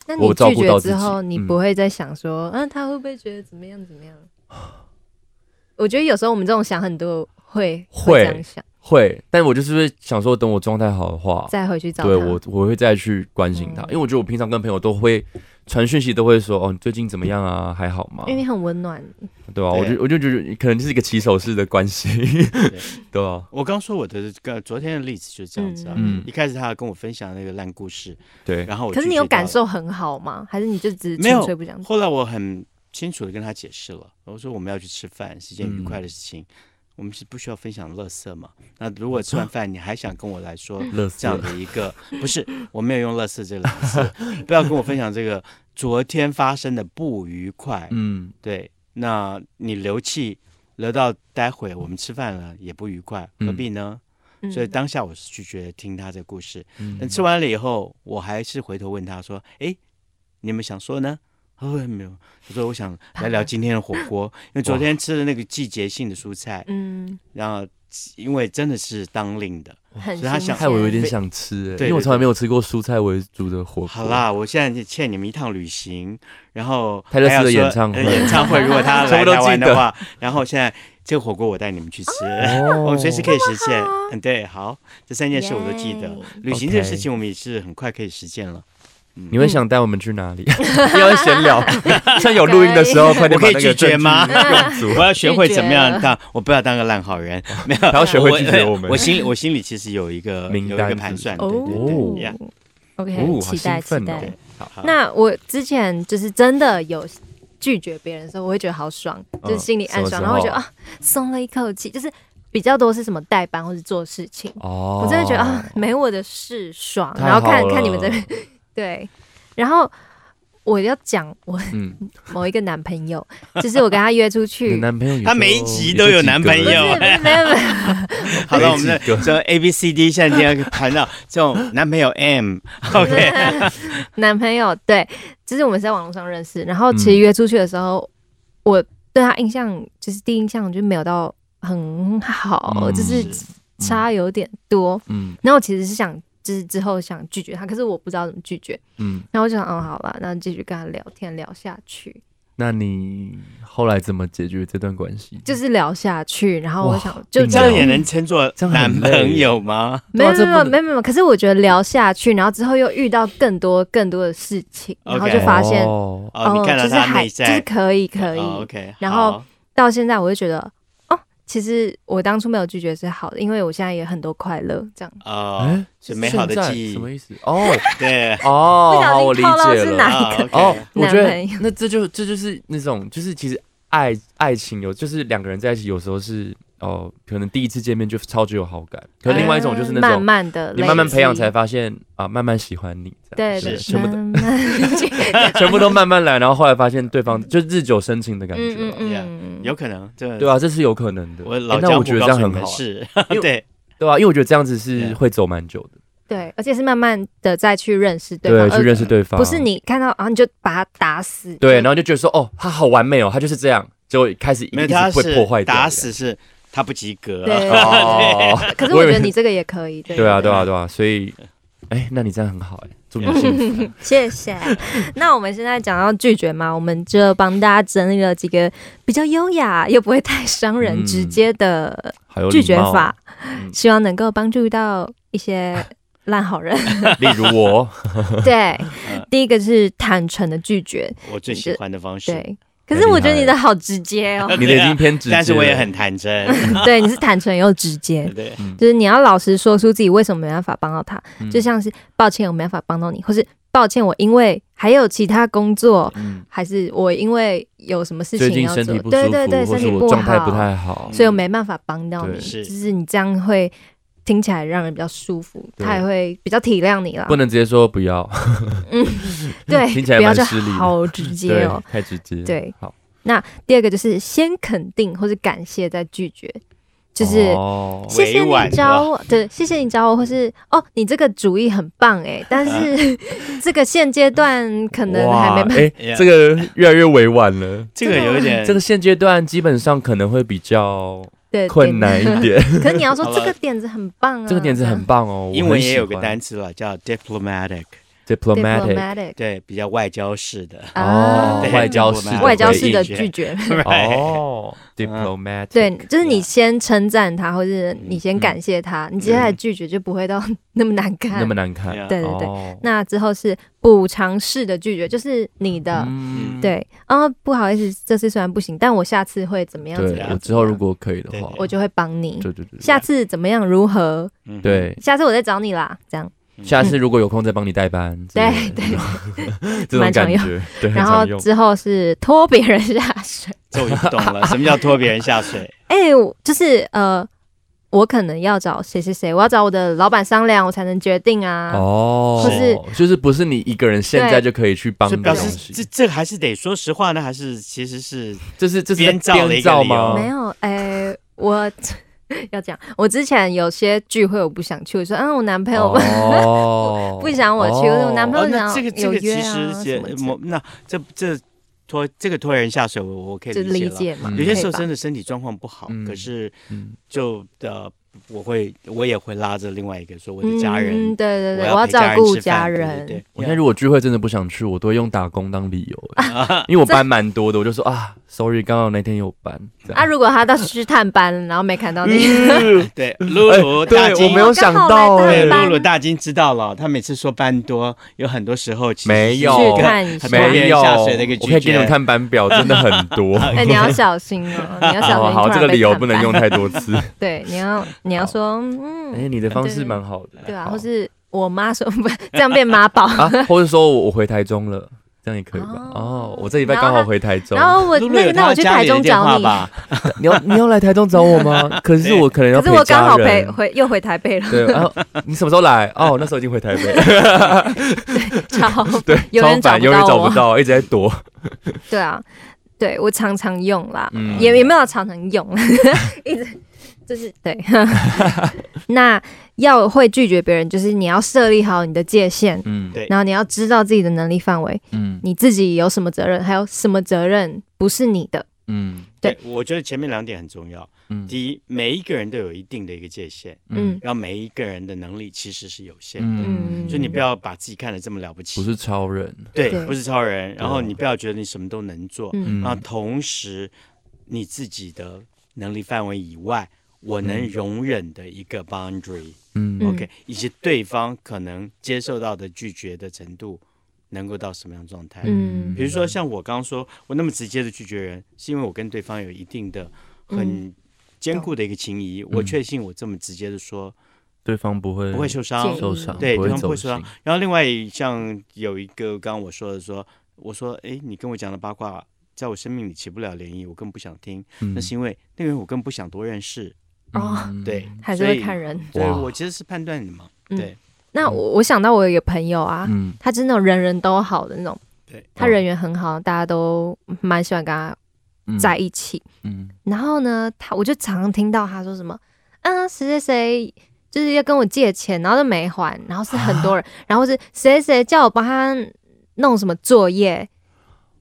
Speaker 2: 那
Speaker 3: 我
Speaker 2: 你
Speaker 3: 照
Speaker 2: 拒
Speaker 3: 顾到
Speaker 2: 绝
Speaker 3: 自己
Speaker 2: 之后，你
Speaker 3: 嗯
Speaker 2: 不会再想说，嗯、他会不会觉得怎么样怎么样？ 我觉得有时候我们这种想很多会
Speaker 3: 会
Speaker 2: 这样想，
Speaker 3: 会，但我就是会想说，等我状态好的话，
Speaker 2: 再回去找他。
Speaker 3: 啊对我我会再去关心他，
Speaker 2: 嗯
Speaker 3: 因为我觉得我平常跟朋友都会传讯息，都会说哦你最近怎么样啊，还好吗
Speaker 2: 因？为你很温暖，
Speaker 3: 对啊吧、我
Speaker 4: 对
Speaker 3: 就我就觉得可能就是一个起手式的关系， 对啊吧、
Speaker 4: 我刚说我的这个昨天的例子就是这样子啊。
Speaker 3: 嗯
Speaker 4: 一开始他跟我分享那个烂故事，
Speaker 3: 对，
Speaker 4: 然后我
Speaker 2: 嗯可是你
Speaker 4: 拒绝
Speaker 2: 有感
Speaker 4: 掉了
Speaker 2: 受很好吗？还是你就只是
Speaker 4: 没有
Speaker 2: 纯粹不想？
Speaker 4: 后来我很清楚的跟他解释了，我说我们要去吃饭是件愉快的事情，
Speaker 3: 嗯
Speaker 4: 我们是不需要分享乐色嘛。那如果吃完饭你还想跟我来 说
Speaker 3: 乐
Speaker 4: 这
Speaker 3: 色
Speaker 4: 样的一个，不是我没有用“乐色”这两个字， 不要跟我分享这个昨天发生的不愉快。
Speaker 3: 嗯，
Speaker 4: 对，那你留气留到待会我们吃饭了也不愉快，何
Speaker 3: 嗯
Speaker 4: 必呢？
Speaker 2: 嗯
Speaker 4: 所以当下我是拒绝听他这个故事。
Speaker 3: 嗯
Speaker 4: 等吃完了以后，我还是回头问他说：“哎，你们想说呢？”他说：“没有。”他说：“ 我想来聊今天的火锅，因为昨天吃的那个季节性的蔬菜，
Speaker 2: 嗯，
Speaker 4: 然后因为真的是当令的。
Speaker 2: 很
Speaker 4: 所以他
Speaker 2: 新鲜
Speaker 4: 想
Speaker 3: 害我有点想吃、欸，
Speaker 4: 对
Speaker 3: 因为我
Speaker 4: 对
Speaker 3: 从来
Speaker 4: 对
Speaker 3: 没有吃过蔬菜为主的火锅。
Speaker 4: 好，啦，我现在欠你们一趟旅行，然后
Speaker 3: 泰勒斯的
Speaker 4: 还要说
Speaker 3: 演唱会
Speaker 4: 呃演唱会如果他
Speaker 3: 什么
Speaker 4: 来
Speaker 3: 都
Speaker 4: 台湾
Speaker 3: 记得
Speaker 4: 的话，然后现在这个火锅我带你们去吃。
Speaker 3: 哦
Speaker 4: 我们随时可以实 现，嗯，对，好，这三件事我都记得
Speaker 2: 耶。
Speaker 4: 旅行这个
Speaker 3: OK
Speaker 4: 事情，我们也是很快可以实现了。
Speaker 3: 你
Speaker 2: 嗯
Speaker 3: 会想带我们去 哪里？又要闲聊，像有录音的时候，快点
Speaker 4: 我
Speaker 3: 把
Speaker 4: 可以
Speaker 3: 那个
Speaker 4: 拒绝
Speaker 3: 证据
Speaker 4: 吗
Speaker 3: 用足，
Speaker 4: 我要学会怎么样
Speaker 2: 拒绝
Speaker 4: 当，我不要当个烂 好人，没有，
Speaker 3: 他要学会拒绝
Speaker 4: 我
Speaker 3: 我们
Speaker 4: 我心里我心里其实有一个
Speaker 3: 名单
Speaker 4: 有一个盘算，对对对
Speaker 2: 哦
Speaker 4: 对呀。
Speaker 2: ，OK，
Speaker 3: 哦好
Speaker 2: 期
Speaker 3: 兴
Speaker 2: 待
Speaker 3: 奋
Speaker 2: 期
Speaker 3: 哦
Speaker 2: 待
Speaker 4: 对。好
Speaker 2: 那我之前就是真的有拒绝别人的时候，我会觉得好爽，
Speaker 3: 嗯
Speaker 2: 就是心里暗
Speaker 3: 什么
Speaker 2: 爽，
Speaker 3: 时候
Speaker 2: 然后我觉得啊，松了一口气。就是比较多是什么代班或是做事情，
Speaker 3: 哦，
Speaker 2: 我真的觉得啊，没我的事爽。
Speaker 3: 太
Speaker 2: 然后看
Speaker 3: 好了
Speaker 2: 看你们这边， 对，然后我要讲我
Speaker 3: 嗯，
Speaker 2: 某一个男朋友，就是我跟他约出
Speaker 3: 你 的
Speaker 2: 去，
Speaker 3: 男朋友也就，
Speaker 4: 他每一集都有男朋
Speaker 2: 嗯不是
Speaker 4: 友
Speaker 2: 不是没有没有，
Speaker 4: 好了，我们的
Speaker 3: 没几个
Speaker 4: 这 A B C D 现在今天谈到这种男朋友 M，OK，
Speaker 2: 男朋友，对，就是我们是在网络上认识，然后其实
Speaker 3: 嗯
Speaker 2: 约出去的时候，我对他印象就是第一印象就没有到很好，
Speaker 3: 嗯
Speaker 2: 就是差有点多。
Speaker 3: 嗯
Speaker 2: 然后我其实是想，就是之后想拒绝他，可是我不知道怎么拒绝。
Speaker 3: 嗯，
Speaker 2: 然后我就想，哦，好吧，那继续跟他聊天，聊下去，
Speaker 3: 那你后来怎么解决这段关系？
Speaker 2: 就是聊下去。然后我
Speaker 3: 哇
Speaker 2: 想，就
Speaker 3: 你
Speaker 4: 这样也能称作
Speaker 3: 这样
Speaker 4: 男
Speaker 3: 很累
Speaker 4: 朋友吗？
Speaker 2: 没有
Speaker 3: 哇
Speaker 2: 没
Speaker 3: 这
Speaker 2: 有
Speaker 3: 不
Speaker 2: 没有
Speaker 3: 能
Speaker 2: 没有没有，可是我觉得聊下去，然后之后又遇到更多更多的事情，然后
Speaker 4: OK
Speaker 2: 就发现
Speaker 3: 哦
Speaker 4: 哦，你看
Speaker 2: 就
Speaker 4: 到
Speaker 2: 是
Speaker 4: 他
Speaker 2: 还
Speaker 4: 内
Speaker 2: 就是
Speaker 4: 在，
Speaker 2: 可以可以。
Speaker 4: 哦，OK，
Speaker 2: 然
Speaker 4: 好
Speaker 2: 后到现在我就觉得，哦，其实我当初没有拒绝是好的，因为我现在也很多快乐，这样。
Speaker 4: 哦
Speaker 3: 哎，
Speaker 4: 是美好的
Speaker 3: 现在
Speaker 4: 记
Speaker 3: 什么
Speaker 4: 忆，
Speaker 3: 意思？哦
Speaker 4: 对，
Speaker 3: 哦，
Speaker 2: 不小
Speaker 3: 好，
Speaker 2: 心
Speaker 3: 我理
Speaker 2: 透露
Speaker 3: 解
Speaker 2: 是
Speaker 3: 了。
Speaker 2: 哪
Speaker 4: 啊
Speaker 2: 一个
Speaker 4: OK
Speaker 3: 哦，我觉得
Speaker 2: 男朋友
Speaker 3: 那这就这就是那种，就是其实爱爱情有，就是两个人在一起，有时候是哦，可能第一次见面就超级有好感，可是另外一种就是那
Speaker 2: 嗯慢
Speaker 3: 种、
Speaker 2: 慢的，
Speaker 3: 你慢慢培养才。发现啊，慢慢喜欢你，这样
Speaker 2: 对对，
Speaker 3: 是全部都
Speaker 2: 慢慢
Speaker 3: 全部都慢慢来，然后后来发现对方就日久生情的感觉
Speaker 2: 嗯
Speaker 3: 啊，
Speaker 2: 嗯嗯，
Speaker 4: 有可能，这
Speaker 3: 对啊，这是有可能的。
Speaker 4: 我
Speaker 3: 哎
Speaker 4: 老
Speaker 3: 那
Speaker 4: 江
Speaker 3: 我
Speaker 4: 湖
Speaker 3: 觉得这
Speaker 4: 告
Speaker 3: 样
Speaker 4: 诉
Speaker 3: 很
Speaker 4: 你
Speaker 3: 好
Speaker 4: 们
Speaker 3: 啊，
Speaker 4: 是，
Speaker 3: 因为
Speaker 4: 对，
Speaker 3: 对啊，因为我觉得这样子
Speaker 4: 对
Speaker 3: 是会走蛮久的，
Speaker 2: 对，而且是慢慢的再去认识对
Speaker 3: 对，
Speaker 2: 方，
Speaker 3: 去认识对方，
Speaker 2: 不是你看到啊你就把他打死，
Speaker 3: 对，
Speaker 2: 就
Speaker 3: 然后就觉得说哦，他好完美哦，他就是这样，就开始一
Speaker 4: 没有
Speaker 3: 直
Speaker 4: 他
Speaker 3: 会破坏
Speaker 4: 是
Speaker 3: 掉
Speaker 4: 打
Speaker 3: 的
Speaker 4: 死是他不及格啊，
Speaker 2: 对，
Speaker 3: 哦，
Speaker 2: 可是
Speaker 3: 我
Speaker 2: 我
Speaker 3: 以为
Speaker 2: 觉得你这个也可以，对
Speaker 3: 对啊，对啊，对啊，所以，哎，那你这样很好哎，祝你 幸福。
Speaker 2: 谢谢。那我们现在讲到拒绝嘛，我们就帮大家整理了几个比较优雅又不会太伤人、
Speaker 3: 嗯
Speaker 2: 直接的
Speaker 3: 好有礼
Speaker 2: 拒绝
Speaker 3: 貌
Speaker 2: 法，，
Speaker 3: 嗯
Speaker 2: 希望能够帮助到一些烂 好人。
Speaker 3: 例如 我，
Speaker 2: 对，
Speaker 3: 嗯
Speaker 2: 第一个是坦诚的拒绝，
Speaker 4: 我最喜欢的方式，
Speaker 2: 对。可是我觉得你的好直接 哦，
Speaker 3: 你的已经偏直接了，
Speaker 4: 但是我也很坦诚，
Speaker 2: 对，你是坦诚又直接，
Speaker 4: 对，
Speaker 2: 就是你要老实说出自己为什么没办法帮到他，
Speaker 3: 嗯
Speaker 2: 就像是抱歉我没办法帮到你，或是抱歉我因为还有其他工作，
Speaker 3: 嗯
Speaker 2: 还是我因为有什么事
Speaker 3: 最
Speaker 2: 情
Speaker 3: 近
Speaker 2: 要做，
Speaker 3: 身体不舒
Speaker 2: 对对对，
Speaker 3: 服，或
Speaker 2: 身
Speaker 3: 是
Speaker 2: 体
Speaker 3: 我
Speaker 2: 好，
Speaker 3: 状态不太好，
Speaker 2: 所以我没办法帮到你，
Speaker 3: 对
Speaker 4: 是
Speaker 2: 就是你这样会听起来让人比较舒服，
Speaker 3: 对
Speaker 2: 他也会比较体谅你啦。
Speaker 3: 不能直接说不要，
Speaker 2: 对，
Speaker 3: 听起来
Speaker 2: 不要
Speaker 3: 蛮
Speaker 2: 就
Speaker 3: 失礼的
Speaker 2: 好直接
Speaker 3: 对
Speaker 2: 哦。，
Speaker 3: 太直接，
Speaker 2: 对，
Speaker 3: 好，
Speaker 2: 第二个就是先肯定或是感谢再拒绝，就是。
Speaker 3: 哦
Speaker 2: 谢谢
Speaker 4: 委婉
Speaker 2: 你找我，对，谢谢你找我，或是哦，你这个主意很棒 哎，但是这个现阶段可能还没
Speaker 3: 哇
Speaker 2: 办
Speaker 3: 哎
Speaker 4: Yeah
Speaker 3: 这个越来越委婉了。
Speaker 4: 这个有一点
Speaker 3: 这个现阶段基本上可能会比较
Speaker 2: 对
Speaker 3: 困难一。点，
Speaker 2: 对可是你要说
Speaker 4: 好了
Speaker 2: 这个点子很棒 啊，
Speaker 3: 这个点子很棒哦。
Speaker 4: 英文也有个单词了，叫 diplomatic，
Speaker 3: diplomatic，
Speaker 2: diplomatic
Speaker 4: 对，比较外交式的，
Speaker 2: 啊
Speaker 3: 哦，
Speaker 4: 对，
Speaker 3: 外交式的
Speaker 2: 外交式的
Speaker 3: 回应
Speaker 2: 拒绝。
Speaker 3: 哦，diplomatic，
Speaker 2: 对，就是你
Speaker 4: 对啊
Speaker 2: 先称赞他，或是你先感谢
Speaker 4: 嗯
Speaker 2: 他，你接下来拒绝就不会到那么难看。
Speaker 3: 那么难看，
Speaker 2: 对对对。
Speaker 3: 哦，
Speaker 2: 那之后是补偿式的拒绝，就是你的
Speaker 3: 嗯，
Speaker 2: 对啊，不好意思，这次虽然不行，但我下次会怎么样？怎么
Speaker 3: 对
Speaker 2: 样
Speaker 3: 我
Speaker 2: 怎
Speaker 3: 之
Speaker 2: 么
Speaker 3: 后
Speaker 2: 样
Speaker 3: 如果可以的话，
Speaker 4: 对
Speaker 2: 我就会帮你。
Speaker 3: 对对对，
Speaker 2: 下次怎么样？如何？
Speaker 4: 嗯
Speaker 3: 对，
Speaker 2: 下次我再找你啦，这样。
Speaker 3: 下次如果有空再帮你代班，
Speaker 2: 对
Speaker 3: 之类的
Speaker 2: 对，
Speaker 3: 这种
Speaker 2: 蛮
Speaker 3: 感
Speaker 2: 常用
Speaker 3: 觉，对，很
Speaker 2: 然后
Speaker 3: 常用。
Speaker 2: 之后是拖别人下水。
Speaker 4: 终于懂 了什么叫拖别人下水，
Speaker 2: 哎、我就是呃，我可能要找谁谁谁，我要找我的老板商量，我才能决定啊。
Speaker 3: 哦，
Speaker 2: 或是
Speaker 3: 就是不是你一个人现在
Speaker 2: 对
Speaker 3: 就可以去帮
Speaker 4: 所
Speaker 3: 的
Speaker 4: 以表
Speaker 3: 东
Speaker 4: 示这
Speaker 3: 西，
Speaker 4: 这还是得说实话呢，还是其实是
Speaker 3: 这是这是在
Speaker 4: 编造了
Speaker 3: 编
Speaker 4: 一个
Speaker 3: 造
Speaker 4: 理由
Speaker 3: 吗？
Speaker 2: 没有，哎、我 要讲，我之前有些聚会我不想去，我说，嗯，我男朋友、
Speaker 3: 哦
Speaker 2: 不想我去
Speaker 3: 哦
Speaker 2: 我说男朋友
Speaker 4: 哦，那
Speaker 2: 想
Speaker 4: 这个这
Speaker 2: 有
Speaker 4: 个
Speaker 2: 约
Speaker 4: 其实
Speaker 2: 啊
Speaker 4: 也
Speaker 2: 什么之类
Speaker 4: 我那这这拖这个拖人下水，我我可以
Speaker 2: 就理
Speaker 4: 理解了。
Speaker 2: 解嘛。
Speaker 3: 嗯
Speaker 4: 有些时
Speaker 2: 可以
Speaker 4: 候
Speaker 2: 吧
Speaker 4: 真的身体状况不好，
Speaker 3: 嗯
Speaker 4: 可是
Speaker 3: 嗯
Speaker 4: 就呃，我会我也会拉着另外一个说我的家人
Speaker 2: 嗯，，对对对，
Speaker 4: 我
Speaker 2: 要
Speaker 4: 陪
Speaker 2: 照顾
Speaker 4: 吃饭
Speaker 2: 家
Speaker 4: 对
Speaker 2: 人，
Speaker 4: 对对
Speaker 3: 我现在如果聚会真的不想去，我都会用打工当理 由， 欸因为我班蛮多的，我就说啊，sorry，刚好那天有班。这样
Speaker 2: 啊，如果他到去探班，然后没看到你，
Speaker 4: 嗯
Speaker 2: 哎
Speaker 4: 对露露大
Speaker 3: 哎对我
Speaker 4: 金
Speaker 3: 没。有想到
Speaker 2: 刚好来
Speaker 3: 哎
Speaker 4: 对，
Speaker 2: 大班
Speaker 4: 露露大金知道了。他每次说班多，有很多时候其实
Speaker 3: 没有
Speaker 4: 是
Speaker 2: 去看一下
Speaker 4: 很多
Speaker 3: 没有，
Speaker 4: 人下水的一个拒绝
Speaker 3: 我可以给你们看班表，真的很 多。
Speaker 2: 哎、你要小心 哦，你要小
Speaker 3: 好
Speaker 2: 心。
Speaker 3: 好，
Speaker 2: 突然
Speaker 3: 这个
Speaker 2: 被
Speaker 3: 理由
Speaker 2: 探
Speaker 3: 不能
Speaker 2: 班
Speaker 3: 用。太多次。
Speaker 2: 对，你要你要
Speaker 3: 好
Speaker 2: 说，嗯，
Speaker 3: 哎，你的方式蛮好的。
Speaker 2: 对啊，
Speaker 3: 好
Speaker 2: 或是我妈说不 这样变妈宝，
Speaker 3: 啊，或者说我我回台中了，这样也可以吧？
Speaker 2: 哦
Speaker 3: 哦，我这礼拜刚好回台中
Speaker 2: 然，后我
Speaker 4: 露露
Speaker 2: 那
Speaker 4: 有
Speaker 2: 个那
Speaker 4: 她
Speaker 2: 我去
Speaker 4: 家
Speaker 2: 台
Speaker 4: 里的
Speaker 2: 中
Speaker 4: 电
Speaker 2: 找
Speaker 4: 话
Speaker 2: 你，
Speaker 4: 吧？
Speaker 3: 你要你要来台中找我 吗？可是我可能要
Speaker 2: 可是
Speaker 3: 陪
Speaker 2: 我
Speaker 3: 家
Speaker 2: 刚好陪
Speaker 3: 人。
Speaker 2: 回又回台北 了，
Speaker 3: 对，然后你什么时候来？哦，那时候已经回台北 了。
Speaker 2: 超
Speaker 3: 对，
Speaker 2: 永
Speaker 3: 超烦
Speaker 2: 远找不
Speaker 3: 永远
Speaker 2: 到
Speaker 3: 找
Speaker 2: 我
Speaker 3: 不到，一直在躲。
Speaker 2: 对啊，对我常常用啦，
Speaker 3: 嗯
Speaker 2: 也也没有常常用， 一直就是对。 那要会拒绝别人，就是你要设立好你的界限，
Speaker 3: 嗯
Speaker 4: 对
Speaker 2: 然后你要知道自己的能力范围，
Speaker 3: 嗯
Speaker 2: 你自己有什么责任，还有什么责任不是你的，
Speaker 3: 嗯
Speaker 2: 对，
Speaker 4: 我觉得前面两点很重要。
Speaker 3: 嗯
Speaker 4: 第一，每一个人都有一定的一个界限，
Speaker 2: 嗯
Speaker 4: 然后每一个人的能力其实是有限的，
Speaker 3: 嗯，
Speaker 4: 就你不要把自己看得这么了不起，
Speaker 3: 不是超人，
Speaker 4: 对，
Speaker 2: 对
Speaker 4: 不是超人。然后你不要觉得你什么都能做，
Speaker 2: 嗯
Speaker 3: 嗯
Speaker 4: 然后同时你自己的能力范围以外，我能容忍的一个 boundary，OK，、
Speaker 3: 嗯
Speaker 4: OK，以及对方可能接受到的拒绝的程度，能够到什么样的状态？
Speaker 2: 嗯
Speaker 4: 比如说像我刚刚说，我那么直接的拒绝人，是因为我跟对方有一定的
Speaker 2: 嗯
Speaker 4: 很坚固的一个情谊，我确信我这么直接的说
Speaker 3: 对方不会
Speaker 4: 不会受伤，
Speaker 2: 介意
Speaker 3: 受伤，
Speaker 4: 对，
Speaker 3: 不会
Speaker 4: 对方不
Speaker 3: 走
Speaker 4: 会受伤
Speaker 3: 心。。
Speaker 4: 然后另外像有一个刚刚我说的说，我说诶，你跟我讲的八卦，在我生命里起不了涟漪，我更不想听。
Speaker 2: 嗯
Speaker 3: 嗯
Speaker 4: 那是因为那个人我更不想多认识，
Speaker 2: 哦，
Speaker 4: 对，
Speaker 2: 还是
Speaker 4: 所
Speaker 2: 会
Speaker 4: 以
Speaker 2: 看。人。
Speaker 4: 对，
Speaker 3: 哇
Speaker 4: 我其实是判断的嘛，
Speaker 2: 嗯
Speaker 4: 对，
Speaker 2: 那我我想到我有一个朋友啊，
Speaker 3: 嗯，哦
Speaker 2: 他就是那种人人都好的那种，
Speaker 4: 对
Speaker 2: 他人缘很好，大家都蛮喜欢跟他
Speaker 3: 嗯
Speaker 2: 在一起。
Speaker 3: 嗯
Speaker 2: 然后呢，他我就常常听到他说什么，嗯，谁谁谁就是要跟我借钱，然后就没还，然后是很多人，
Speaker 3: 啊
Speaker 2: 然后是谁谁谁叫我帮他弄什么作业，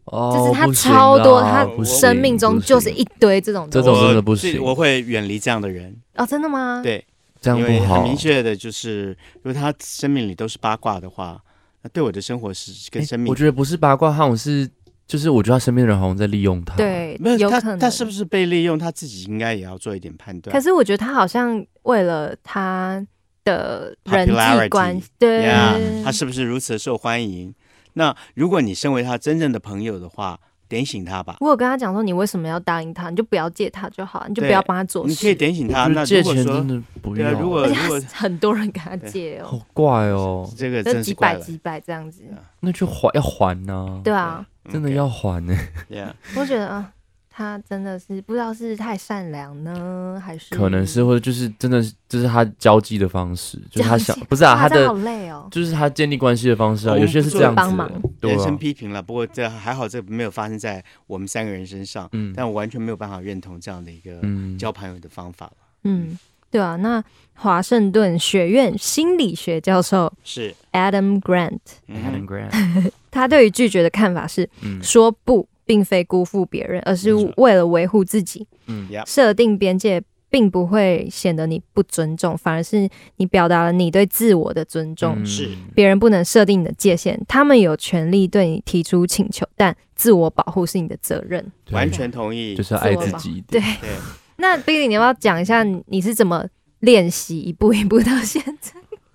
Speaker 3: 哦，
Speaker 2: 就是他
Speaker 3: 不行
Speaker 2: 超多，
Speaker 3: 啦
Speaker 2: 他
Speaker 3: 不行
Speaker 2: 生命中
Speaker 3: 不行
Speaker 2: 就是一堆这种
Speaker 3: 这
Speaker 2: 东
Speaker 3: 种
Speaker 2: 西。
Speaker 3: 真的不
Speaker 4: 我自己
Speaker 3: 行
Speaker 4: 我会远离这样的人，
Speaker 2: 哦，真的吗？，
Speaker 4: 对，
Speaker 3: 这样
Speaker 4: 因为
Speaker 3: 不好，
Speaker 4: 很明确的就是，如果他生命里都是八卦的话，那对我的生活是跟
Speaker 3: 诶
Speaker 4: 生命
Speaker 3: 我觉得不是八卦，好像是就是我觉得他身边的人好像在利用他，，
Speaker 2: 对
Speaker 4: 啊没，有
Speaker 2: 有
Speaker 4: 他
Speaker 2: 可能。
Speaker 4: 他是不是被利用，他自己应该也要做一点判断
Speaker 2: 可。是我觉得他好像为了他的人际
Speaker 4: Popularity，
Speaker 2: 关系，对
Speaker 4: Yeah，他是不是如此受欢迎？那如果你身为他真正的朋友的话，点醒他吧。
Speaker 2: 我有跟他讲说，你为什么要答应他？你就不要借他就好，你就
Speaker 4: 对
Speaker 2: 不要帮他做事。
Speaker 4: 你可以点醒他。啊那
Speaker 3: 就是借
Speaker 4: 如果
Speaker 3: 钱真
Speaker 4: 说
Speaker 3: 的不
Speaker 4: 对
Speaker 3: 要，
Speaker 4: 啊，如果
Speaker 2: 而且
Speaker 4: 如
Speaker 2: 他
Speaker 4: 果
Speaker 2: 很多人跟他借哦
Speaker 3: 好，怪哦，
Speaker 4: 这个
Speaker 2: 就
Speaker 4: 真
Speaker 2: 几
Speaker 4: 是怪
Speaker 2: 百
Speaker 4: 了，嗯
Speaker 2: 几百这样子。
Speaker 3: 那就还要还呢，
Speaker 2: 对嗯啊，
Speaker 3: 真的要还呢，
Speaker 4: Yeah，
Speaker 2: 我觉得啊，他真的是不知道是太善良呢，还是
Speaker 3: 可能是或者就是真的是这是他交际的方式，就是他
Speaker 2: 交际
Speaker 3: 想不是啊，
Speaker 2: 哇
Speaker 3: 他
Speaker 2: 这样
Speaker 3: 的
Speaker 2: 好累哦。
Speaker 3: 就是他建立关系的方式啊，
Speaker 4: 我
Speaker 3: 有
Speaker 4: 们
Speaker 3: 些
Speaker 4: 不
Speaker 3: 是
Speaker 4: 做
Speaker 3: 这样子
Speaker 2: 帮
Speaker 3: 的
Speaker 2: 忙，
Speaker 3: 对
Speaker 4: 人生
Speaker 3: 啊，
Speaker 4: 批评了。不过这还好，这没有发生在我们三个人身上。
Speaker 3: 嗯
Speaker 4: 但我完全没有办法认同这样的一个
Speaker 3: 嗯，
Speaker 4: 交朋友的方法了。
Speaker 2: 嗯，对啊。那华盛顿学院心理学教授
Speaker 4: 是，
Speaker 2: Adam Grant，
Speaker 4: 嗯
Speaker 3: Adam
Speaker 4: 哼
Speaker 3: Grant，
Speaker 2: 他对于拒绝的看法是：
Speaker 3: 嗯
Speaker 2: 说不，并非辜负别人，而是
Speaker 4: 没错
Speaker 2: 为了维护自己。
Speaker 3: 嗯
Speaker 4: 呀
Speaker 2: 设定边界并不会显得你不尊重，反而是你表达了你对自我的尊重。
Speaker 3: 嗯
Speaker 4: 是
Speaker 2: 别人不能设定你的界限，他们有权利对你提出请求，但自我保护是你的责任。
Speaker 3: 对
Speaker 4: 完全同意
Speaker 3: 就。是要爱自己一点，
Speaker 4: 对，
Speaker 2: 那 Billy，你要不要讲一下你是怎么练习一步一步到现在？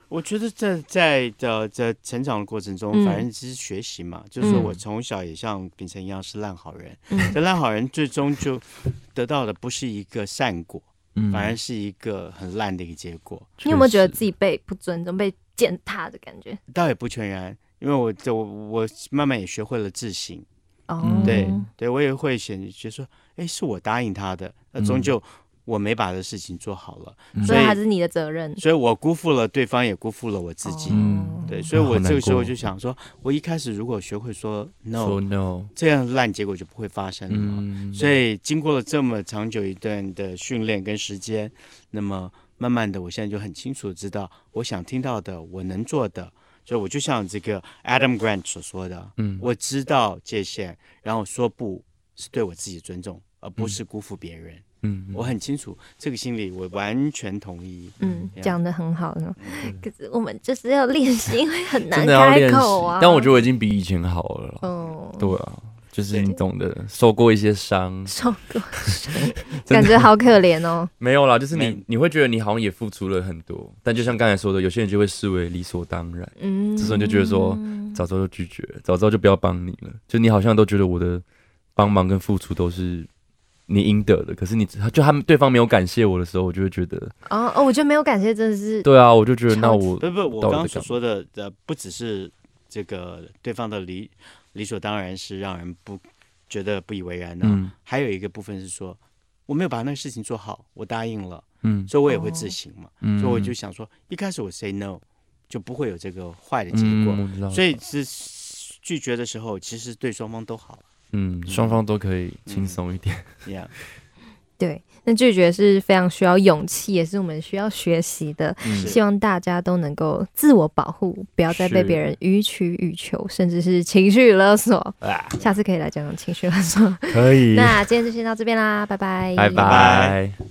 Speaker 4: 我觉得在在的在成长的过程中，
Speaker 2: 嗯
Speaker 4: 反正只是学习嘛。就是说
Speaker 2: 嗯
Speaker 4: 我从小也像秉承一样是烂好人，
Speaker 2: 嗯
Speaker 4: 这烂好人最终就得到的不是一个善果，
Speaker 3: 嗯
Speaker 4: 反而是一个很烂的一个结果。
Speaker 3: 确
Speaker 2: 你有没有觉得
Speaker 3: 实
Speaker 2: 自己被不尊重、被践踏的感觉？
Speaker 4: 倒也不全然，因为我就我慢慢也学会了自省，
Speaker 2: 哦、
Speaker 3: 嗯
Speaker 4: 对，对我也会显觉得说，哎，是我答应他的，那终究我没把这事情做好了，
Speaker 3: 嗯
Speaker 2: 所
Speaker 4: 所
Speaker 2: 以
Speaker 4: 以
Speaker 2: 还是你的责任。
Speaker 4: 所以我辜负了对方，也辜负了我自己。
Speaker 2: 哦
Speaker 3: 嗯
Speaker 4: 对，所以
Speaker 3: 啊好
Speaker 4: 我
Speaker 3: 难
Speaker 4: 这个时候
Speaker 3: 过
Speaker 4: 就想说，我一开始如果学会说 no，
Speaker 3: 说嗯 no，
Speaker 4: 这样烂结果就不会发生了嘛。所以经过了这么长久一段的训练跟时间，那么慢慢的，我现在就很清楚地知道我想听到的，我能做的。所以我就像这个 Adam Grant 所说的，
Speaker 3: 嗯
Speaker 4: 我知道界限，然后说不是对我自己尊重，而不是辜负别人。
Speaker 3: 嗯
Speaker 4: 我很清楚这个心理，我完全同意。
Speaker 2: 嗯，
Speaker 4: Yeah
Speaker 2: 讲的很好呢。可是我们就是要练习，因为很
Speaker 3: 嗯
Speaker 2: 难
Speaker 3: 真的要
Speaker 2: 开
Speaker 3: 练习
Speaker 2: 口啊。，
Speaker 3: 但我觉得我已经比以前好了啦。
Speaker 2: 嗯，
Speaker 3: 对啊，就是
Speaker 4: 对
Speaker 3: 你懂得，受过一些伤，
Speaker 2: 受过，感觉好可怜 哦。
Speaker 3: 没有啦，就是
Speaker 4: 没
Speaker 3: 你你会觉得你好像也付出了很多，但就像刚才说的，有些人就会视为理所当然，
Speaker 2: 嗯，
Speaker 3: 这时候你就觉得说早知道就拒绝，早知道就不要帮你了。就你好像都觉得我的帮忙跟付出都是你应得的，可是你就他们对方没有感谢我的时候，我就会觉得，
Speaker 2: 哦哦，我觉得没有感谢真的是，
Speaker 3: 对啊，我就觉得那
Speaker 2: 超级
Speaker 3: 我
Speaker 4: 不不，我
Speaker 3: 到底
Speaker 4: 刚
Speaker 3: 在
Speaker 4: 刚所
Speaker 3: 干
Speaker 4: 说的呃，不只是这个对方的理理所当然是让人不觉得不以为然的、
Speaker 3: 嗯
Speaker 2: 啊
Speaker 4: 还有一个部分是说，我没有把那个事情做好，我答应了，
Speaker 3: 嗯
Speaker 4: 所以我也会自省嘛。
Speaker 3: 嗯，
Speaker 4: 所以我就想说，一开始我 say no，就不会有这个坏的结
Speaker 3: 嗯，
Speaker 4: 果。
Speaker 3: 我知道
Speaker 4: 所以是拒绝的时候，其实对双方都好
Speaker 3: 嗯，双方都可以轻松一点。
Speaker 4: 一样。
Speaker 2: 对，那拒绝是非常需要勇气，也是我们需要学习的。
Speaker 3: 嗯
Speaker 2: 希望大家都能够自我保护，不要再被
Speaker 3: 是
Speaker 2: 别人予取予求，甚至是情绪勒索。
Speaker 4: 啊，
Speaker 2: 下次可以来讲讲情绪勒索。
Speaker 3: 可以，
Speaker 2: 那今天就先到这边啦，拜拜，
Speaker 3: 拜
Speaker 4: 拜
Speaker 3: 拜。